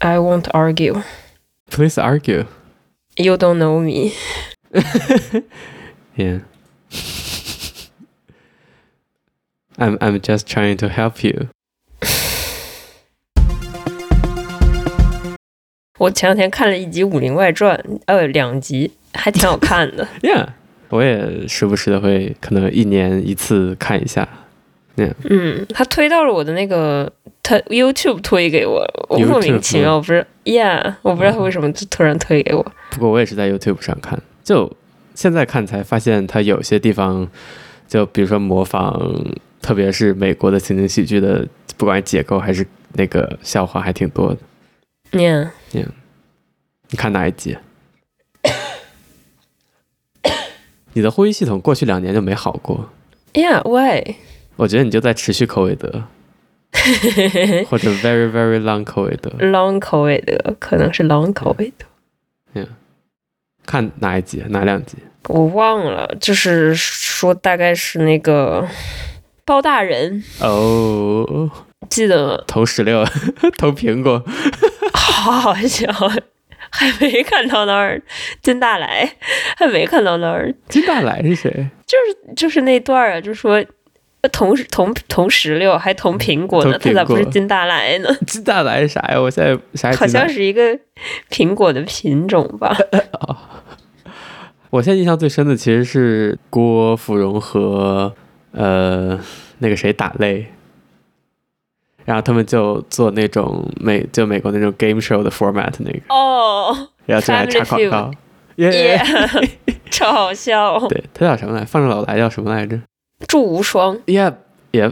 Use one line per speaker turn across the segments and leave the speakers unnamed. I won't argue.
Please argue.
You don't know me.
Yeah. I'm I'm just trying to help you.
我前两天看了一集《武林外传》，呃，两集，还挺好看的。
Yeah，我也时不时的会，可能一年一次看一下。
嗯，他推到了我的那个，他 YouTube 推给我，我
YouTube
莫名其妙，我不知，Yeah，我不知道他为什么就突然推给我。
不过我也是在 YouTube 上看，就现在看才发现它有些地方，就比如说模仿，特别是美国的情景喜剧的，不管是结构还是那个笑话，还挺多的。
Yeah，
你看哪一集？ 你的呼吸系统过去两年就没好过，
Yeah, why?
我觉得你就在持续口尾德，或者 very very long 口尾德。
long COVID 可能是 long COVID，
看哪一集？哪两集？
我忘了，就是说大概是那个包大人，
哦，
记得
投石榴， 投苹果。
好像还没看到那儿，金大来还没看到那儿，
金大来是谁？
就是那段儿啊，就说。同时同同石榴还同苹果呢，
同苹
他
果
咋不是金大来呢？
金大来是啥呀？我现在啥也
好
记不
像
得。
是一个苹果的品种 吧？
我现在印象最深的其实是郭芙蓉和呃那个谁打擂，然后他们就做那种美就美国那种 game show 的 format 那个，
哦
然后进来插
Family
广告。耶
，yeah，超好笑，
对他叫什么来？放着老来叫什么来着？
祝无双。
耶耶，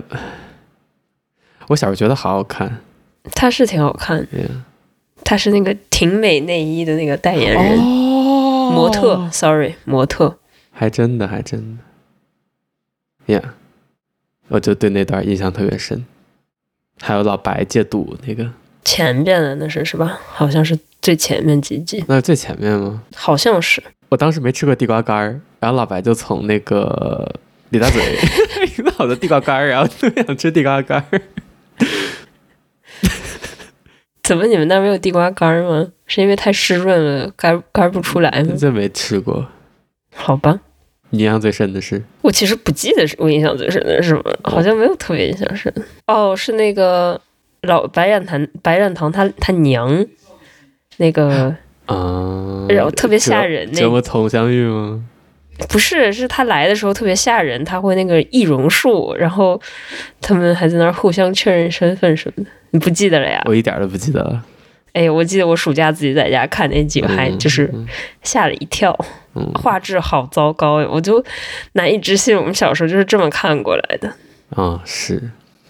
我小时候觉得好好看。
她是挺好看，
Yeah
她是那个婷美内衣的那个代言人、
哦
模特，sorry 模特。
还真的，还真的，呀、我就对那段印象特别深。还有老白戒赌那个，
前面的那是是吧？好像是最前面几集，
那是最前面吗？
好像是
我当时没吃过地瓜干儿，然后老白就从那个李大嘴 领到我的地瓜干儿，然后特别想吃地瓜干儿。
怎么你们那儿没有地瓜干儿吗？是因为太湿润了，干干不出来吗？
真没吃过。
好吧，
你印象最深的是
我其实不记得是我印象最深的是什么了，好像没有特别印象深。哦，是那个老白染堂白染堂他他娘，那个
啊，
然后特别吓
折
人那
折磨佟湘玉吗？
不是，是他来的时候特别吓人，他会那个易容术，然后他们还在那儿互相确认身份什么的，你不记得了呀？
我一点儿都不记得了。
哎，我记得我暑假自己在家看那集，还
嗯
就是
嗯
吓了一跳，
嗯
画质好糟糕呀，我就难以置信，我们小时候就是这么看过来的。
啊、是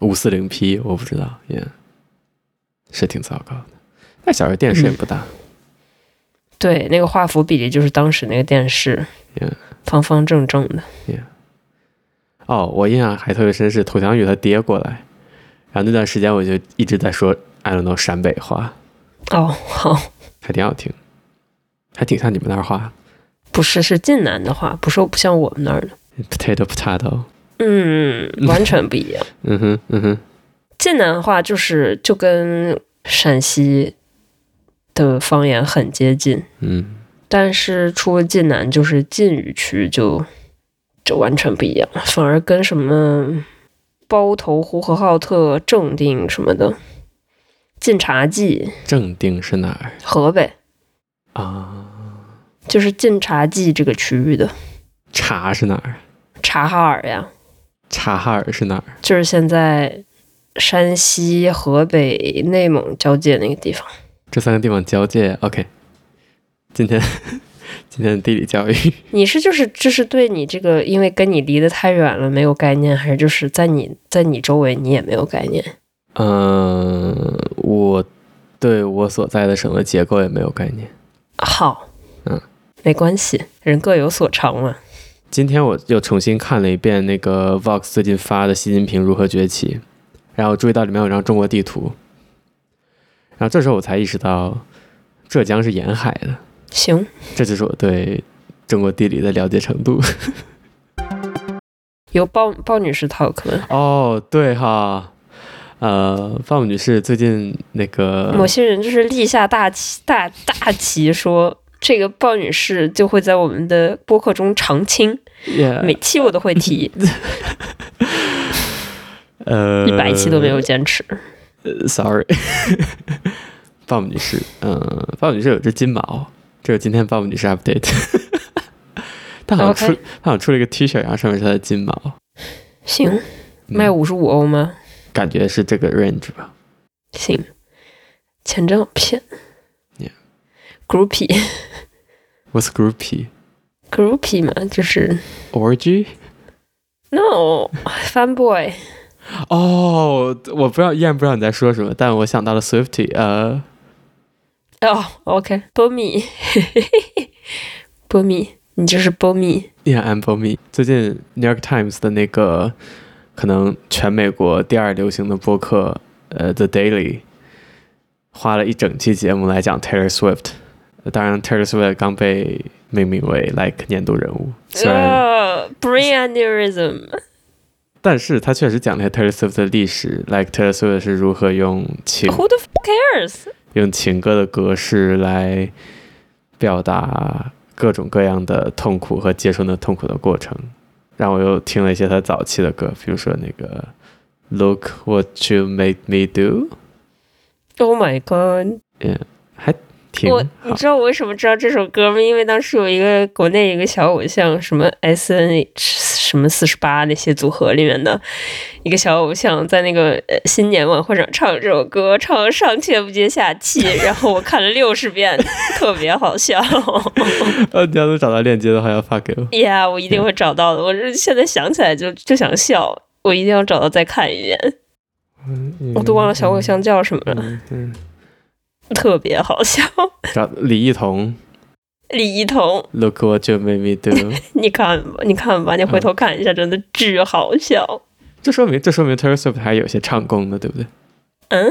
五四零 P，我不知道，也、是挺糟糕的。但小时候电视也不大，
对，那个画幅比例就是当时那个电视
Yeah
方方正正的。
哦，我印象还特别深是佟湘玉她爹过来，然后那段时间我就一直在说 I don't know 陕北话，
哦，好，
还挺好听，还挺像你们那儿话
不是，是晋南的画，不是不像我们那儿的，
potato potato。
嗯，完全不 一样。
嗯哼，嗯哼，
晋南话就是就跟陕西的方言很接近，
嗯，
但是出了晋南就是晋语区就就完全不一样了，反而跟什么包头、呼和浩特、正定什么的，晋察冀、
正定是哪儿
河北，
啊？
就是晋察冀这个区域的
察是哪儿？
察哈尔呀，
察哈尔是哪儿？
就是现在山西、河北、内蒙交界那个地方。
这三个地方交界。OK，今天 今天的地理教育。
你是就是就是对你这个，因为跟你离得太远了没有概念，还是就是在你在你周围你也没有概念？
嗯，我对我所在的省的结构也没有概念。
好，
嗯，
没关系，人各有所长嘛。
今天我又重新看了一遍那个 Vox 最近发的《习近平如何崛起》，然后注意到里面有张中国地图，然后这时候我才意识到浙江是沿海的，
行，
这就是我对中国地理的了解程度。
由鲍鲍女士 talk 吗？
哦，对哈，呃，范姆女士最近那个
某些人就是立下大旗大大旗说，这个鲍女士就会在我们的播客中常青，
也
每期我都会 提，
呃
一百期都没有坚持。
Sorry，鲍姆女士，嗯，鲍姆女士有只金毛，这是今天鲍姆女士 update。她好像出
OK
她好像出了一个 T 恤，然后上面是她的金毛，
行，
嗯
卖五十五欧吗？
感觉是这个 range 吧？
行，钱真好骗。
Yeah
Groupie
What's groupie
groupie 嘛，就是
orgy？
no fanboy
哦，我不知道，依然不知道你在说什么，但我想到了 Swifty，呃，
哦、o k 波米， 波米，你就是波米，
依然 I'm for me。最近《New York Times》的那个可能全美国第二流行的播客，呃，《The Daily》花了一整期节目来讲 Taylor Swift。呃当然，Taylor Swift 刚被命名为 like 年度人物，虽然，
呃、b r a i n aneurysm，
但是他确实讲了一下 Taylor Swift 的历史，like Taylor Swift 是如何用情
who the f cares？
用情歌的格式来表达各种各样的痛苦和接受那痛苦的过程。让我又听了一些他早期的歌，比如说那个《Look What You Made Me Do》，
Oh my god！
挺
我你
好
知道我为什么知道这首歌吗？因为当时有一个国内有一个小偶像，什么 S N H 什么四十八那些组合里面的一个小偶像，在那个呃新年晚会上唱这首歌，唱得上气不接下气，然后我看了六十遍，特别好笑。
呃，你要能找到链接的话，要发给我。
呀我一定会找到的。我这现在想起来就就想笑，我一定要找到再看一遍。我都忘了小偶像叫什么了，
嗯。嗯，
特别好笑。
找李一桐，
李一桐，
《Look What You Made Me Do》，
你看吧，你看吧，你回头看一下，真的巨好笑。
这说明这说明 Taylor Swift 还有些唱功的，对不对？
嗯，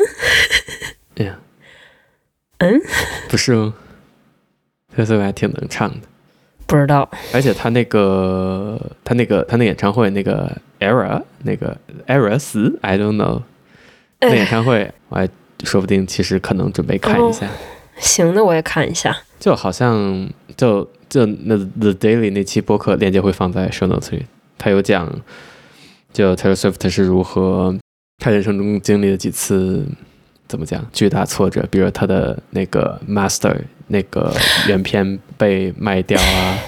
哎呀，
嗯，
不是吗？Taylor Swift 还挺能唱的。
不知道
而且他那个他那个他那演唱会那个 era 那个 era 死 I don't know
哎
那演唱会我还说不定其实可能准备看一下，
行，那我也看一下。
就好像就就那 The Daily 那期播客链接会放在 show notes 里，他有讲就 Taylor Swift 是如何他人生中经历了几次怎么讲巨大挫折，比如他的那个 Master 那个原片被卖掉啊。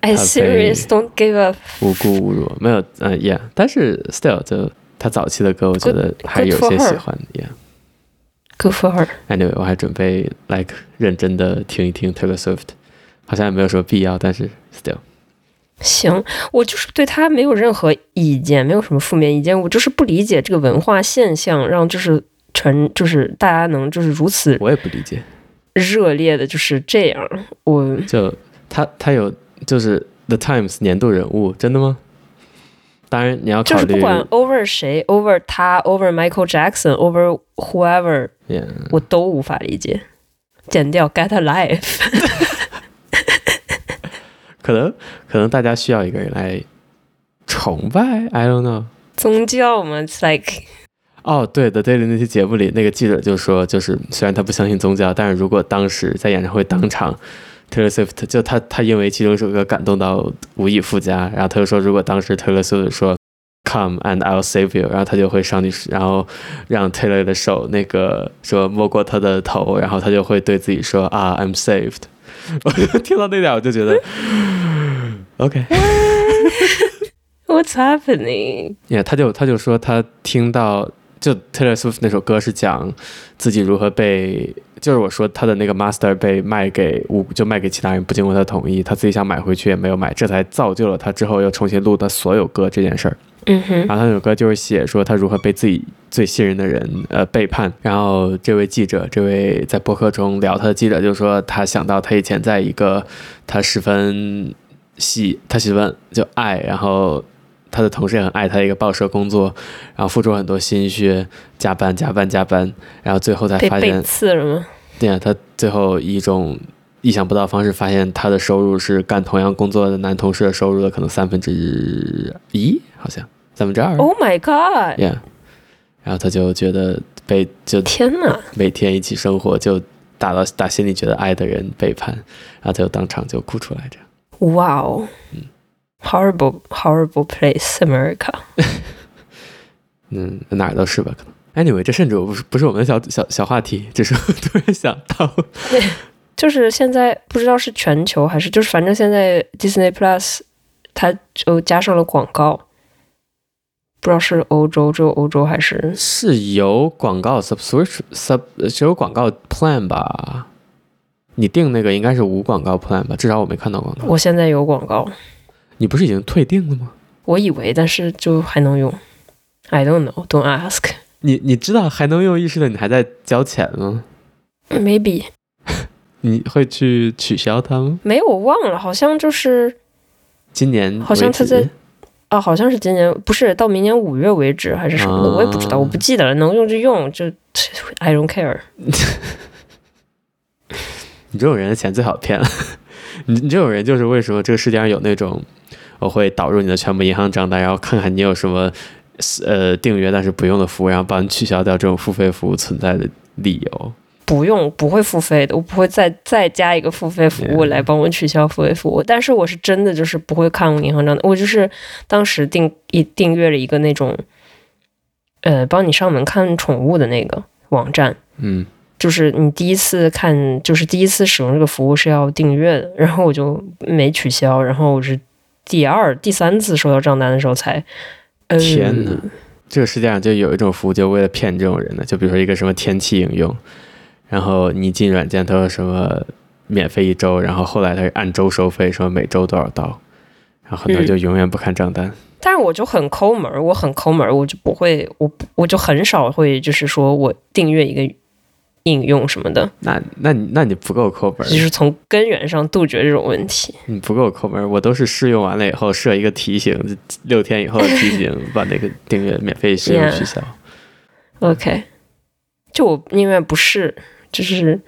I
他被
哎 serious don't give up.
无辜侮辱，没有，嗯、y e a h 但是 still 就他早期的歌，我觉得还有
good
些
for her
喜欢，yeah。
Good for her.
Anyway，我还准备 like 认真的听一听 Taylor Swift，好像也没有什么必要，但是 still，
行，我就是对他没有任何意见，没有什么负面意见，我就是不理解这个文化现象，让就是全就是大家能就是如此
我也不理解，
热烈的，就是这样。我
就他他有就是 The Times 年度人物，真的吗？当然你要
就
考
是不
虑
管 over 谁，over 他，over Michael Jackson，over whoever，
，yeah，
我都无法理解。剪掉 get a life，
可能可能大家需要一个人来崇拜，I don't know。
宗教嘛，it's，like
哦，对的，Daily 那期节目里，那个记者就说，就是虽然他不相信宗教，但是如果当时在演唱会当场，Taylor Swift 就他他因为其中一首歌感动到无以复加，然后他就说，如果当时 Taylor Swift 说 “Come and I'll save you”，然后他就会上去，然后让 Taylor 的手那个说摸过他的头，然后他就会对自己说啊，I'm saved。我 就听到那点，我就觉得，OK，
what's happening？
也、他就他就说他听到就 Taylor Swift 那首歌是讲自己如何被，就是我说他的那个 master 被卖给无就卖给其他人，不经过他同意，他自己想买回去也没有买，这才造就了他之后又重新录他所有歌这件事儿。
嗯哼，
然后他那首歌就是写说他如何被自己最信任的人呃背叛。然后这位记者，这位在博客中聊他的记者就说，他想到他以前在一个他十分喜，他十分就爱，然后他的同事也很爱他的一个报社工作，然后付出很多心血，加班加班加班，然后最后才
被
发
被
现
刺了吗？
对啊，他最后以一种意想不到的方式发现他的收入是干同样工作的男同事的收入的可能三分之一，好像三分之二。
Oh my god！
Yeah，然后他就觉得被就
天哪，
每天一起生活，就打到打心里觉得爱的人背叛，然后他就当场就哭出来这样。
哇哦
嗯
，horrible horrible place America，
嗯，哪儿都是吧，可能。Anyway，这甚至我不是不是我们的小小小话题，只是我突然想到，
就是现在不知道是全球还是就是反正现在 Disney Plus 它就加上了广告，不知道是欧洲只有欧洲还是
是有广告 subscription sub 只有广告 plan 吧？你订那个应该是无广告 plan 吧？至少我没看到广告。
我现在有广告，
你不是已经退订了吗？
我以为但是就还能用，I don't know，don't ask。
你你知道还能用意识的，你还在交钱吗？
maybe
你会去取消它吗？
没有我忘了，好像就是
今年
好像
为止
它在啊，好像是今年不是到明年五月为止还是什么的，
啊
我也不知道，我不记得了，能用就用，就 I don't care。
你这种人的钱最好骗了。 你你这种人就是为什么这个世界上有那种，我会导入你的全部银行账单，然后看看你有什么呃订阅但是不用的服务，然后帮你取消掉这种付费服务存在的理由。
不用，不会付费的，我不会再再加一个付费服务
Yeah
来帮我取消付费服务。但是我是真的就是不会看银行账单，我就是当时订一订阅了一个那种，呃，帮你上门看宠物的那个网站，
嗯，
就是你第一次看，就是第一次使用这个服务是要订阅的，然后我就没取消，然后我是第二、第三次收到账单的时候才，呃、
天哪！这个世界上就有一种服务，就为了骗这种人的，就比如说一个什么天气应用，然后你进软件，它有什么免费一周，然后后来它是按周收费，什么每周多少刀，然后很多人
嗯
就永远不看账单。
但是我就很抠门儿，我很抠门儿，我就不会，我不我就很少会，就是说我订阅一个应用什么的，
那那你那你不够抠门儿，
就是从根源上杜绝这种问题。
你不够抠门儿，我都是试用完了以后设一个提醒，就六天以后的提醒， 把那个订阅免费试用
Yeah
取消。
OK，就我宁愿不是，就是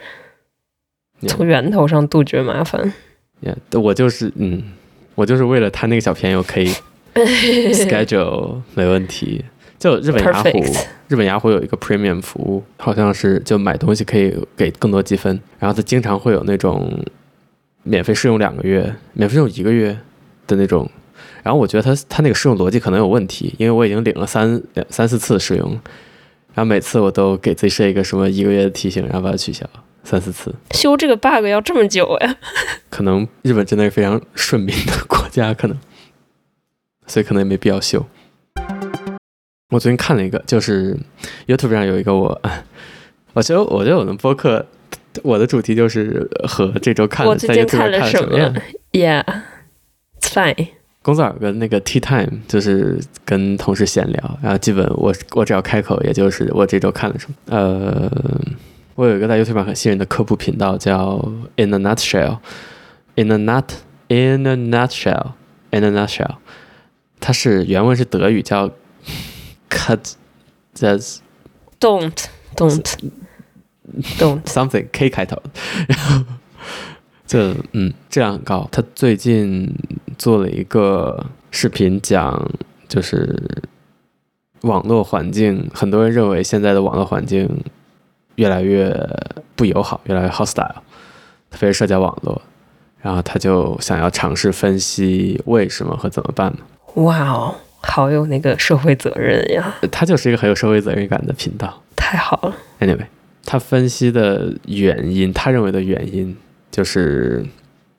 从
Yeah,
源头上杜绝麻烦。
yeah, 我就是嗯，我就是为了贪那个小便宜，我可 以 schedule 没问题。就日本雅虎
Perfect
日本雅虎有一个 premium 服务，好像是就买东西可以给更多积分，然后它经常会有那种免费试用两个月、免费试用一个月的那种。然后我觉得它它那个试用逻辑可能有问题，因为我已经领了三两三四次试用，然后每次我都给自己设一个什么一个月的提醒，然后把它取消三四次。
修这个 bug 要这么久呀？
可能日本真的是非常顺民的国家，可能，所以可能也没必要修。我最近看了一个，就是 YouTube 上有一个我，我觉得我觉得我们播客，我的主题就是和这周看
我
的
最
在
近
YouTube 上
看了
看
什
什么呀？
Yeah，it's fine。
工作有个那个 tea time，就是跟同事闲聊，然后基本我我只要开口，也就是我这周看了什么。呃，我有一个在 YouTube 上很信任的科普频道，叫 In a Nutshell，In a nut In a nutshell，In a nutshell，它是原文是德语叫 Cut That's
Don't don't don't。
something K 开头， 然后就嗯质量很高。他最近做了一个视频讲，就是网络环境，很多人认为现在的网络环境越来越不友好，越来越 hostile，特别是社交网络。然后他就想要尝试分析为什么和怎么办嘛。
哇哦，好有那个社会责任呀，
他就是一个很有社会责任感的频道。
太好了。
Anyway，他分析的原因，他认为的原因就是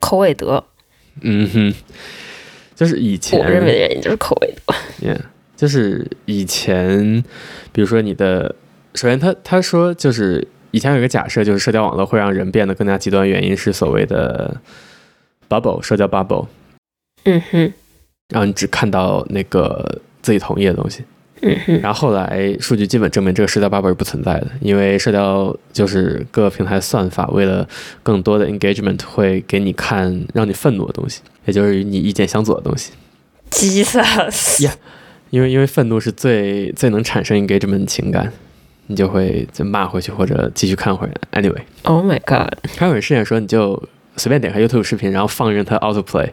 口韦德，
嗯哼，就是以前
我认为的原因就是口韦德。
y 就是以前，比如说你的，首先他他说就是以前有一个假设，就是社交网络会让人变得更加极端，原因是所谓的 bubble 社交 bubble，
嗯哼，
然后你只看到那个自己同意的东西。
嗯哼，
然后后来数据基本证明这个社交 bubble 是不存在的，因为社交就是各个平台算法为了更多的 engagement 会给你看让你愤怒的东西，也就是与你意见相左的东西。
Jesus，
Yeah 因为因为愤怒是最最能产生 engagement 的情感，你就会就骂回去或者继续看回来。Anyway，
Oh my God！
还有人试验说，你就随便点开 YouTube 视频，然后放任它 autoplay，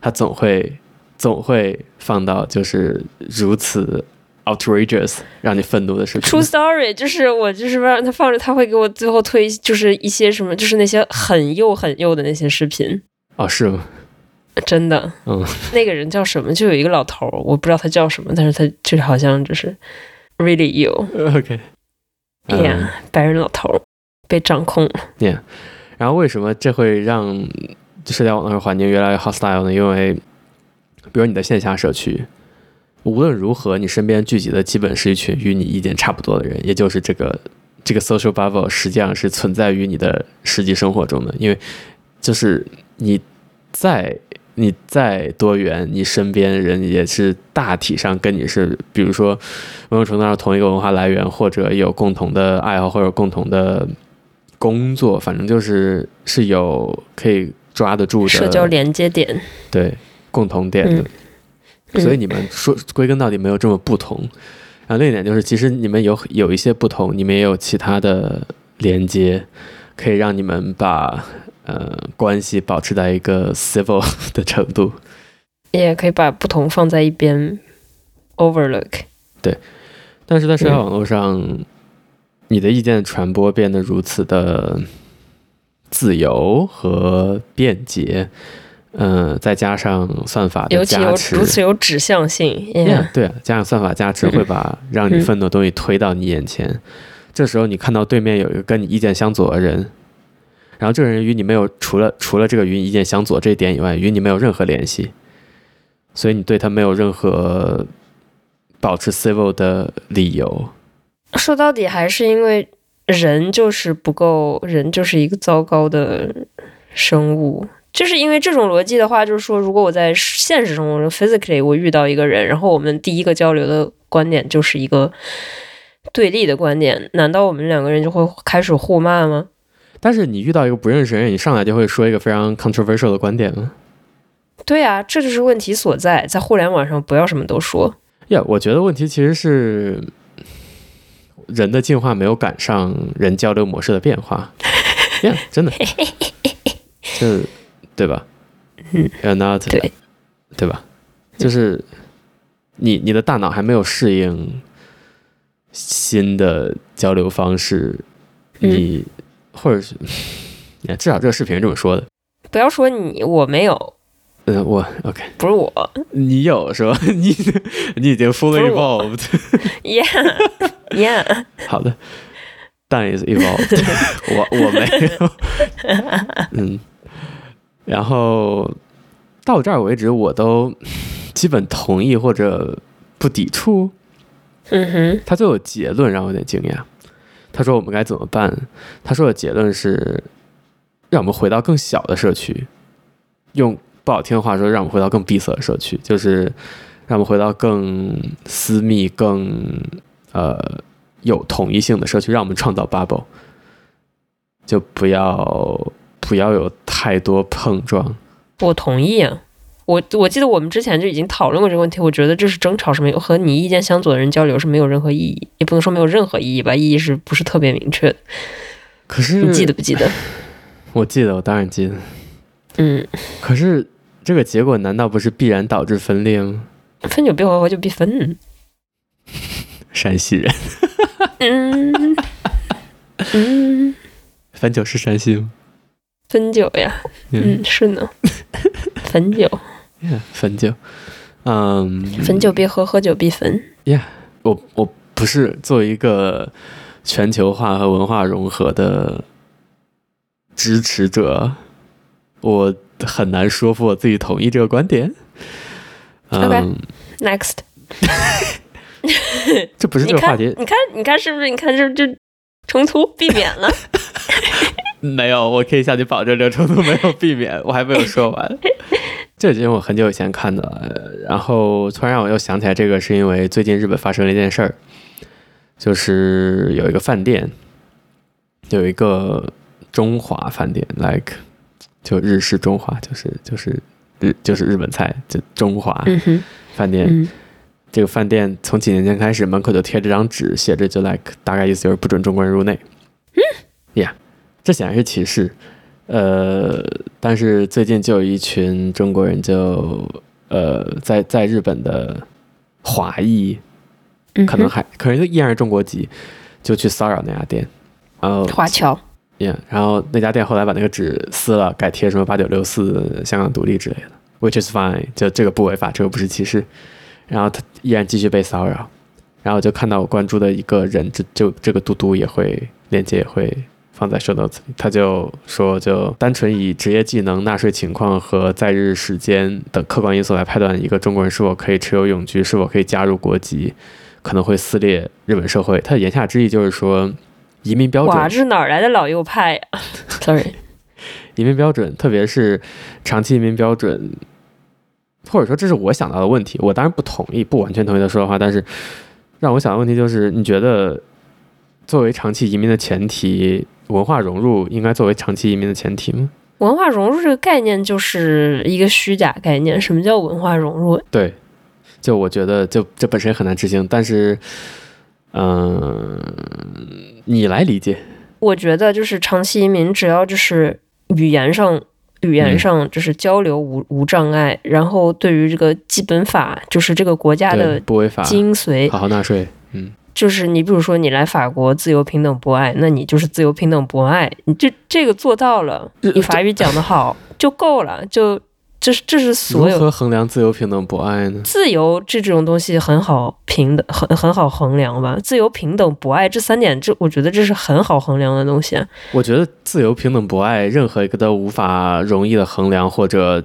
它总会总会放到就是如此 outrageous 让你愤怒的事情
True。story 就是我就是让他放着，他会给我最后推就是一些什么，就是那些很幼很幼的那些视频，
哦，是吗？
真的。
嗯，
那个人叫什么？就有一个老头儿，我不知道他叫什么，但是他就是好像就是 really 有，
呃 OK。
哎
嗯
呀，白人老头儿被掌控了。
然后为什么这会让社交网络上的环境越来越 hostile 呢？因为，比如你的线下社区，无论如何，你身边聚集的基本是一群与你意见差不多的人，也就是这个这个 social bubble 实际上是存在于你的实际生活中的，因为就是你再你再多元，你身边人也是大体上跟你是，比如说某种程度上同一个文化来源，或者有共同的爱好，或者共同的工作，反正就是是有可以抓得住的
社交连接点，
对共同点的，
嗯
所以你们说归根到底没有这么不同。然后另一点就是，其实你们有有一些不同，你们也有其他的连接，可以让你们把呃关系保持在一个 civil 的程度。
也可以把不同放在一边 overlook。
但是在社交网络上，你的意见传播变得如此的自由和便捷，嗯、再加上算法
尤
的
其
加
有
持，
如此有指向性。
Yeah，
Yeah，
对啊，加上算法加持，会把让你
嗯
愤怒的东西推到你眼前。这时候你看到对面有一个跟你意见相左的人，然后这个人与你没有除了除了这个与你意见相左这一点以外，与你没有任何联系，所以你对他没有任何保持 civil 的理由。
说到底还是因为人就是不够，人就是一个糟糕的生物。就是因为这种逻辑的话，就是说，如果我在现实生活中 physically 我遇到一个人，然后我们第一个交流的观点就是一个对立的观点，难道我们两个人就会开始互骂吗？
但是你遇到一个不认识的人，你上来就会说一个非常 controversial 的观点吗？
对啊，这就是问题所在。在互联网上，不要什么都说。
呀我觉得问题其实是人的进化没有赶上人交流模式的变 化。呀、真的，这对吧？
嗯
，You're not
对，
对吧？就是你你的大脑还没有适应新的交流方式，
嗯
你、或者是，呀至少这个视频是这么说的。
不要说你，我没有，
嗯、我 OK，
不是我。
你有是吧？ 你你已经
不
fully
是
evolved，
Yeah, yeah.
好的，但也是 evolved，我 我没有，嗯，然后到这儿为止，我都基本同意或者不抵触。
嗯哼，
他最后结论让我有点惊讶，他说我们该怎么办？他说的结论是，让我们回到更小的社区，用不好听的话说，让我们回到更闭塞的社区，就是让我们回到更私密、更呃有统一性的社区，让我们创造 bubble，就不要不要有太多碰撞。
我同意啊。我我记得我们之前就已经讨论过这个问题，我觉得这是争吵是没有和你意见相左的人交流是没有任何意义，也不能说没有任何意义吧，意义是不是特别明确的？
可是
你记得不记得？
我记得，我当然记得。
嗯，
可是这个结果难道不是必然导致分裂吗？
分久必合，合久必分。
山西人，
嗯嗯，
汾酒是山西吗？
分久呀，嗯，是呢，分久，
Yeah，汾酒，嗯，
分久必合，合久必分。
我我不是作为一个全球化和文化融合的支持者，我很难说服我自己同意这个观点。嗯
OK Next，
这不是这
你
个话
看，
题，
你看，你看是不是？你看这这冲突避免 了。
没有，我可以向你保证，流程都没有避免，我还没有说完。这节目我很久以前看的了，然后突然让我又想起来这个，是因为最近日本发生了一件事儿，就是有一个饭店，有一个中华饭店，like 就日式中华，就是就是日就是日本菜，就中华
嗯哼，
饭店。
嗯
这个饭店从几年前开始，门口就贴着张纸，写着就 like 大概意思就是不准中国人入内。嗯，Yeah，这显然是歧视。呃，但是最近就有一群中国人就呃在在日本的华裔
嗯
可能还可能就依然是中国籍，就去骚扰那家店，呃然后
华侨，
yeah, 然后那家店后来把那个纸撕了，改贴什么八九六四、香港独立之类的，which is fine，就这个不违法，这个不是歧视。然后他依然继续被骚扰，然后我就看到我关注的一个人，这就这个嘟嘟也会链接也会放在 show notes 里，他就说就单纯以职业技能、纳税情况和在日时间等客观因素来判断一个中国人是否可以持有永居、是否可以加入国籍，可能会撕裂日本社会。他言下之意就是说，移民标准
哇，这是哪儿来的老右派呀？Sorry，
移民标准，特别是长期移民标准，或者说这是我想到的问题。我当然不同意，不完全同意他说的话，但是让我想的问题就是，你觉得作为长期移民的前提，文化融入应该作为长期移民的前提吗？
文化融入这个概念就是一个虚假概念。什么叫文化融入？
对，就我觉得就这本身很难执行，但是，嗯、你来理解，
我觉得就是长期移民，只要就是语言上语言
嗯
上就是交流无、无障碍，然后对于这个基本法，就是这个国家
对，
的
不违法，
精髓，
好好纳税，
就是你比如说你来法国自由平等博爱，那你就是自由平等博爱，你这这个做到了，
呃
你法语讲得好就够了，就这是这是
如
所有
何衡量自由、平等、博爱呢？
自由这这种东西很好平等，很很好衡量吧。自由、平等、博爱这三点，这我觉得这是很好衡量的东西啊。
我觉得自由、平等、博爱，任何一个都无法容易的衡量或者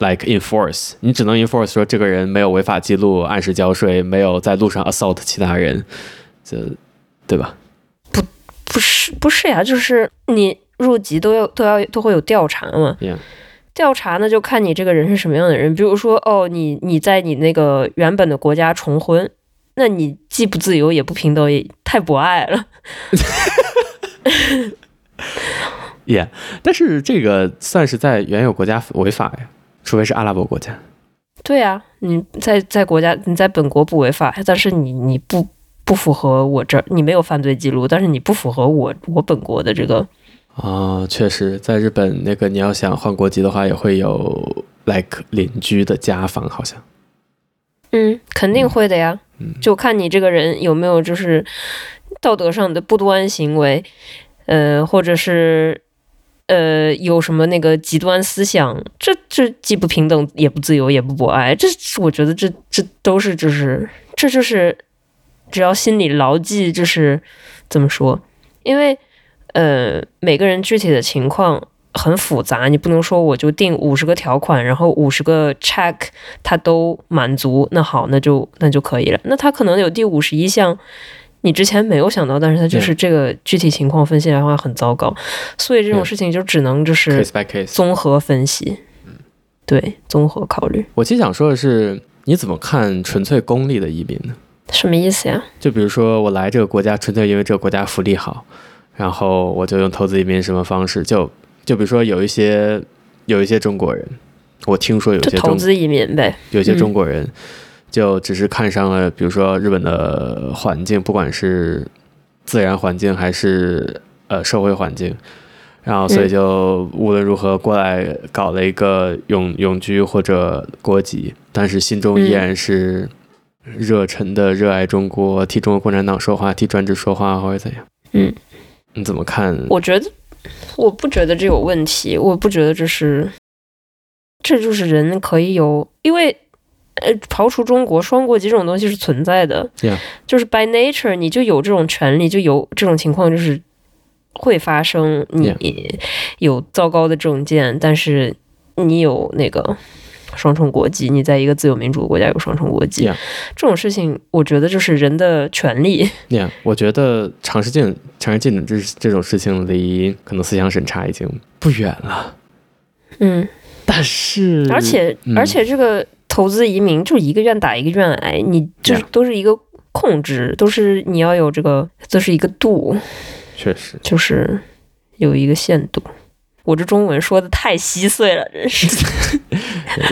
like enforce。你只能 enforce 说这个人没有违法记录，按时交税，没有在路上 assault 其他人，这对吧？
不是不是呀，就是你入籍都要都要都会有调查嘛。
Yeah
调查呢就看你这个人是什么样的人。比如说，哦，你你在你那个原本的国家重婚，那你既不自由也不平等，也太博爱了。
Yeah，但是这个算是在原有国家违法呀，除非是阿拉伯国家。
对啊，你在在国家你在本国不违法，但是你你不不符合我这儿，你没有犯罪记录，但是你不符合我我本国的这个
哦，确实，在日本那个你要想换国籍的话，也会有 like 邻居的家访，好像。
嗯，肯定会的呀，
嗯
就看你这个人有没有就是道德上的不端行为，呃，或者是呃有什么那个极端思想，这这既不平等，也不自由，也不博爱，这是我觉得这这都是就是这就是只要心里牢记，就是怎么说，因为呃每个人具体的情况。很复杂，你不能说我就定五十个条款，然后五十个 check，他都满足，那好，那就那就可以了。那他可能有第五十一项，你之前没有想到，但是他就是这个具体情况分析来的话很糟糕，所以这种
嗯
事情就只能就是
case by case。
综合分析，
嗯
对，综合考虑，
我其实想说的是，你怎么看纯粹功利的移民呢？
什么意思呀？
就比如说我来这个国家，纯粹因为这个国家福利好，然后我就用投资移民什么方式，就就比如说有一些有一些中国人，我听说有
就
些
投
中
资移民呗，
有些
嗯
中国人就只是看上了，比如说日本的环境，不管是自然环境还是呃社会环境，然后所
嗯
以就无论如何过来搞了一个永永居或者国籍，但是心中依然是热忱的热爱中国，替中国共产党说话，替专制说话，或者怎样？
嗯，
你怎么看？
我觉得我不觉得这有问题，我不觉得这是，这就是人可以有，因为呃，刨除中国，双国籍这种东西是存在的
Yeah
就是 by nature 你就有这种权利，就有这种情况，就是会发生你
Yeah
有糟糕的证件，但是你有那个。双重国籍，你在一个自由民主的国家有双重国籍
Yeah
这种事情，我觉得就是人的权利。
那样，我觉得长时间长时间这这种事情离可能思想审查已经不远了。
嗯，
但是，
而且、
嗯
而且这个投资移民就一个愿打一个愿挨，你就是
Yeah
都是一个控制，都是你要有这个，这是一个度，
确实，
就是有一个限度。我这中文说的太稀碎了，真是。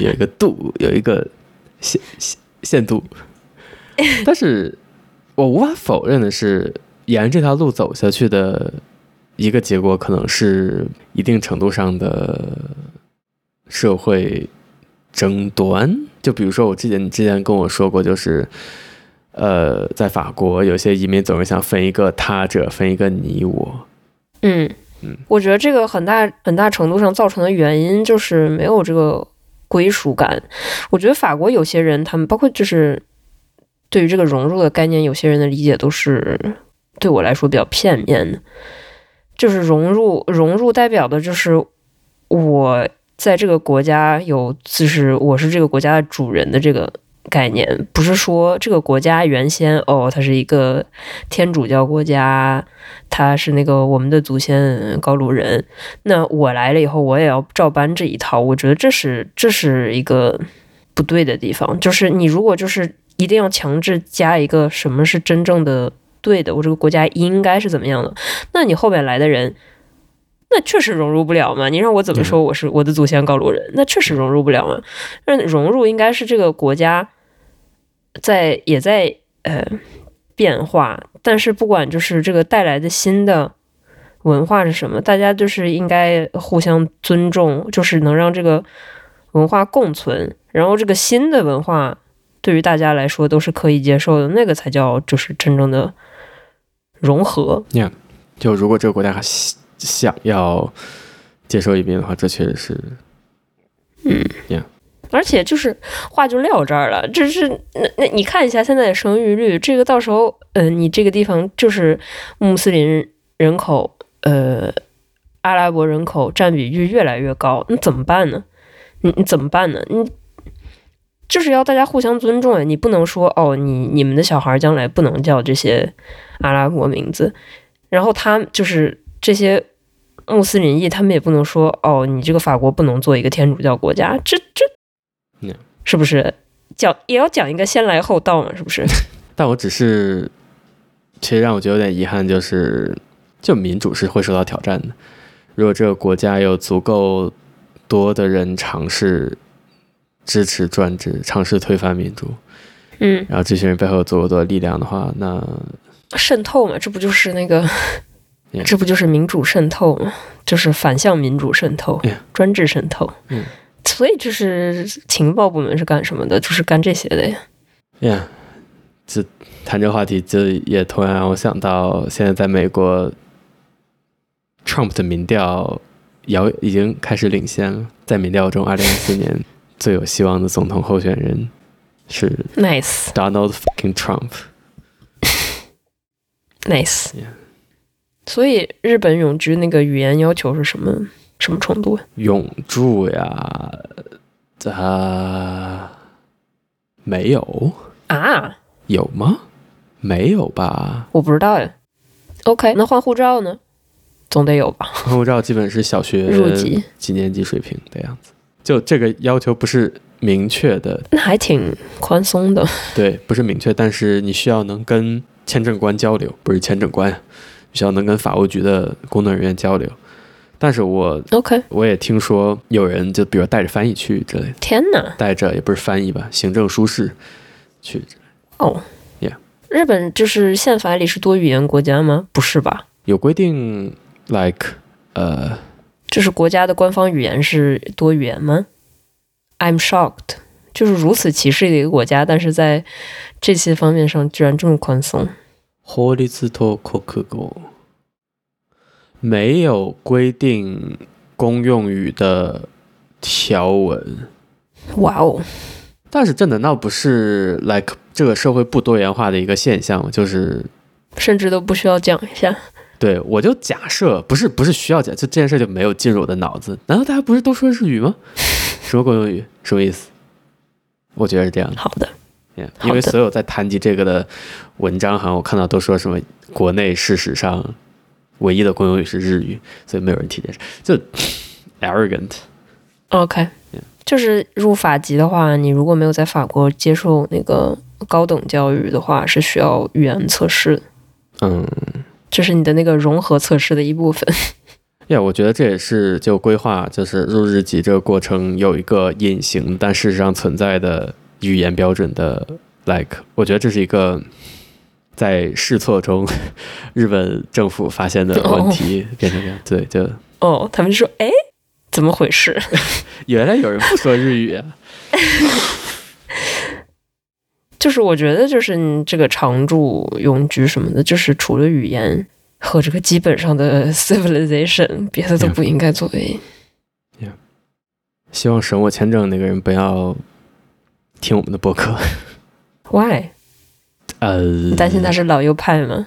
有一个度，有一个限限限度。但是我无法否认的是，沿这条路走下去的一个结果，可能是一定程度上的社会争端。就比如说，我之前你之前跟我说过，就是呃，在法国有些移民总是想分一个他者，分一个你我。
嗯
嗯，
我觉得这个很大很大程度上造成的原因就是没有这个归属感。我觉得法国有些人，他们包括就是对于这个融入的概念，有些人的理解都是对我来说比较片面的。就是融入，融入代表的就是我在这个国家有，就是我是这个国家的主人的这个概念，不是说这个国家原先哦，它是一个天主教国家，他是那个我们的祖先高卢人，那我来了以后，我也要照搬这一套。我觉得这是这是一个不对的地方，就是你如果就是一定要强制加一个什么是真正的对的，我这个国家应该是怎么样的，那你后面来的人。那确实融入不了嘛？你让我怎么说我是我的祖先高卢人？那确实融入不了嘛。那融入应该是这个国家在也在呃变化，但是不管就是这个带来的新的文化是什么，大家就是应该互相尊重，就是能让这个文化共存，然后这个新的文化对于大家来说都是可以接受的，那个才叫就是真正的融合。
就如果这个国家还想想要接受移民的话，这确实是
嗯
Yeah
而且就是话就撂这儿了，这是那那你看一下现在的生育率，这个到时候，呃，你这个地方就是穆斯林人口，呃，阿拉伯人口占比率越来越高，那怎么办呢？你你怎么办呢？你就是要大家互相尊重呀，啊你不能说哦，你你们的小孩将来不能叫这些阿拉伯名字，然后他就是这些穆斯林裔，他们也不能说哦，你这个法国不能做一个天主教国家，这这
Yeah
是不是讲也要讲一个先来后到嘛？是不 是？
但我只是，其实让我觉得有点遗憾，就是就民主是会受到挑战的。如果这个国家有足够多的人尝试支持专制，尝试推翻民主，
嗯，
然后这群人背后有足够多的力量的话，那
渗透嘛，这不就是那个
Yeah
这不就是民主渗透嘛？就是反向民主渗透
Yeah
专制渗透。
嗯，
所以就是情报部门是干什么的？就是干这些的呀。
呀，这谈这个话题，就也同样让我想到，现在在美国，Trump 的民调遥已经开始领先了，在民调中，二零二四年最有希望的总统候选人是
Nice，nice
Donald fucking Trump。
nice。
Yeah
所以日本永居那个语言要求是什么什么程度啊？
永驻呀，他没有
啊，
有吗？没有吧？
我不知道呀。OK，那换护照呢？总得有吧？
护照基本是小学
入籍
几年级水平的样子。就这个要求不是明确的，
那还挺宽松的。
对，不是明确，但是你需要能跟签证官交流，不是签证官，你需要能跟法务局的工作人员交流。但是我
OK，
我也听说有人就比如带着翻译去之类的，
天哪！
带着也不是翻译吧，行政书士去
哦
Yeah
日本就是宪法里是多语言国家吗？不是吧？
有规定，like 呃，
就是国家的官方语言是多语言吗？I'm shocked，就是如此歧视的一个国家，但是在这些方面上居然这么宽松。
法律と国語没有规定公用语的条文，
哇哦，
但是这难道不是 like 这个社会不多元化的一个现象吗？就是
甚至都不需要讲一下。
对我就假设不是不是需要讲，就这件事就没有进入我的脑子。难道大家不是都说日语吗？什么公用语？什么意思？我觉得是这样的。
好的，
Yeah,
好
因为
的
所有在谈及这个的文章，好像我看到都说什么国内事实上唯一的公用语是日语，所以没有人提这事，就 arrogant。
OK，
Yeah
就是入法籍的话，你如果没有在法国接受那个高等教育的话，是需要语言测试的，
嗯，
这是你的那个融合测试的一部分。
呀、我觉得这也是就规划就是入日籍这个过程有一个隐形但事实上存在的语言标准的 like，我觉得这是一个在试错中日本政府发现的问 题，变成这样，对，就
哦，他们就说：“哎，怎么回事
原来有人不说日语啊。？”
就是我觉得，就是你这个常住、永居什么的，就是除了语言和这个基本上的 civilization，别的都不应该作为。
Yeah. 希望审我签证那个人不要听我们的播客。
Why？
呃，
呃你担心他是老右派吗？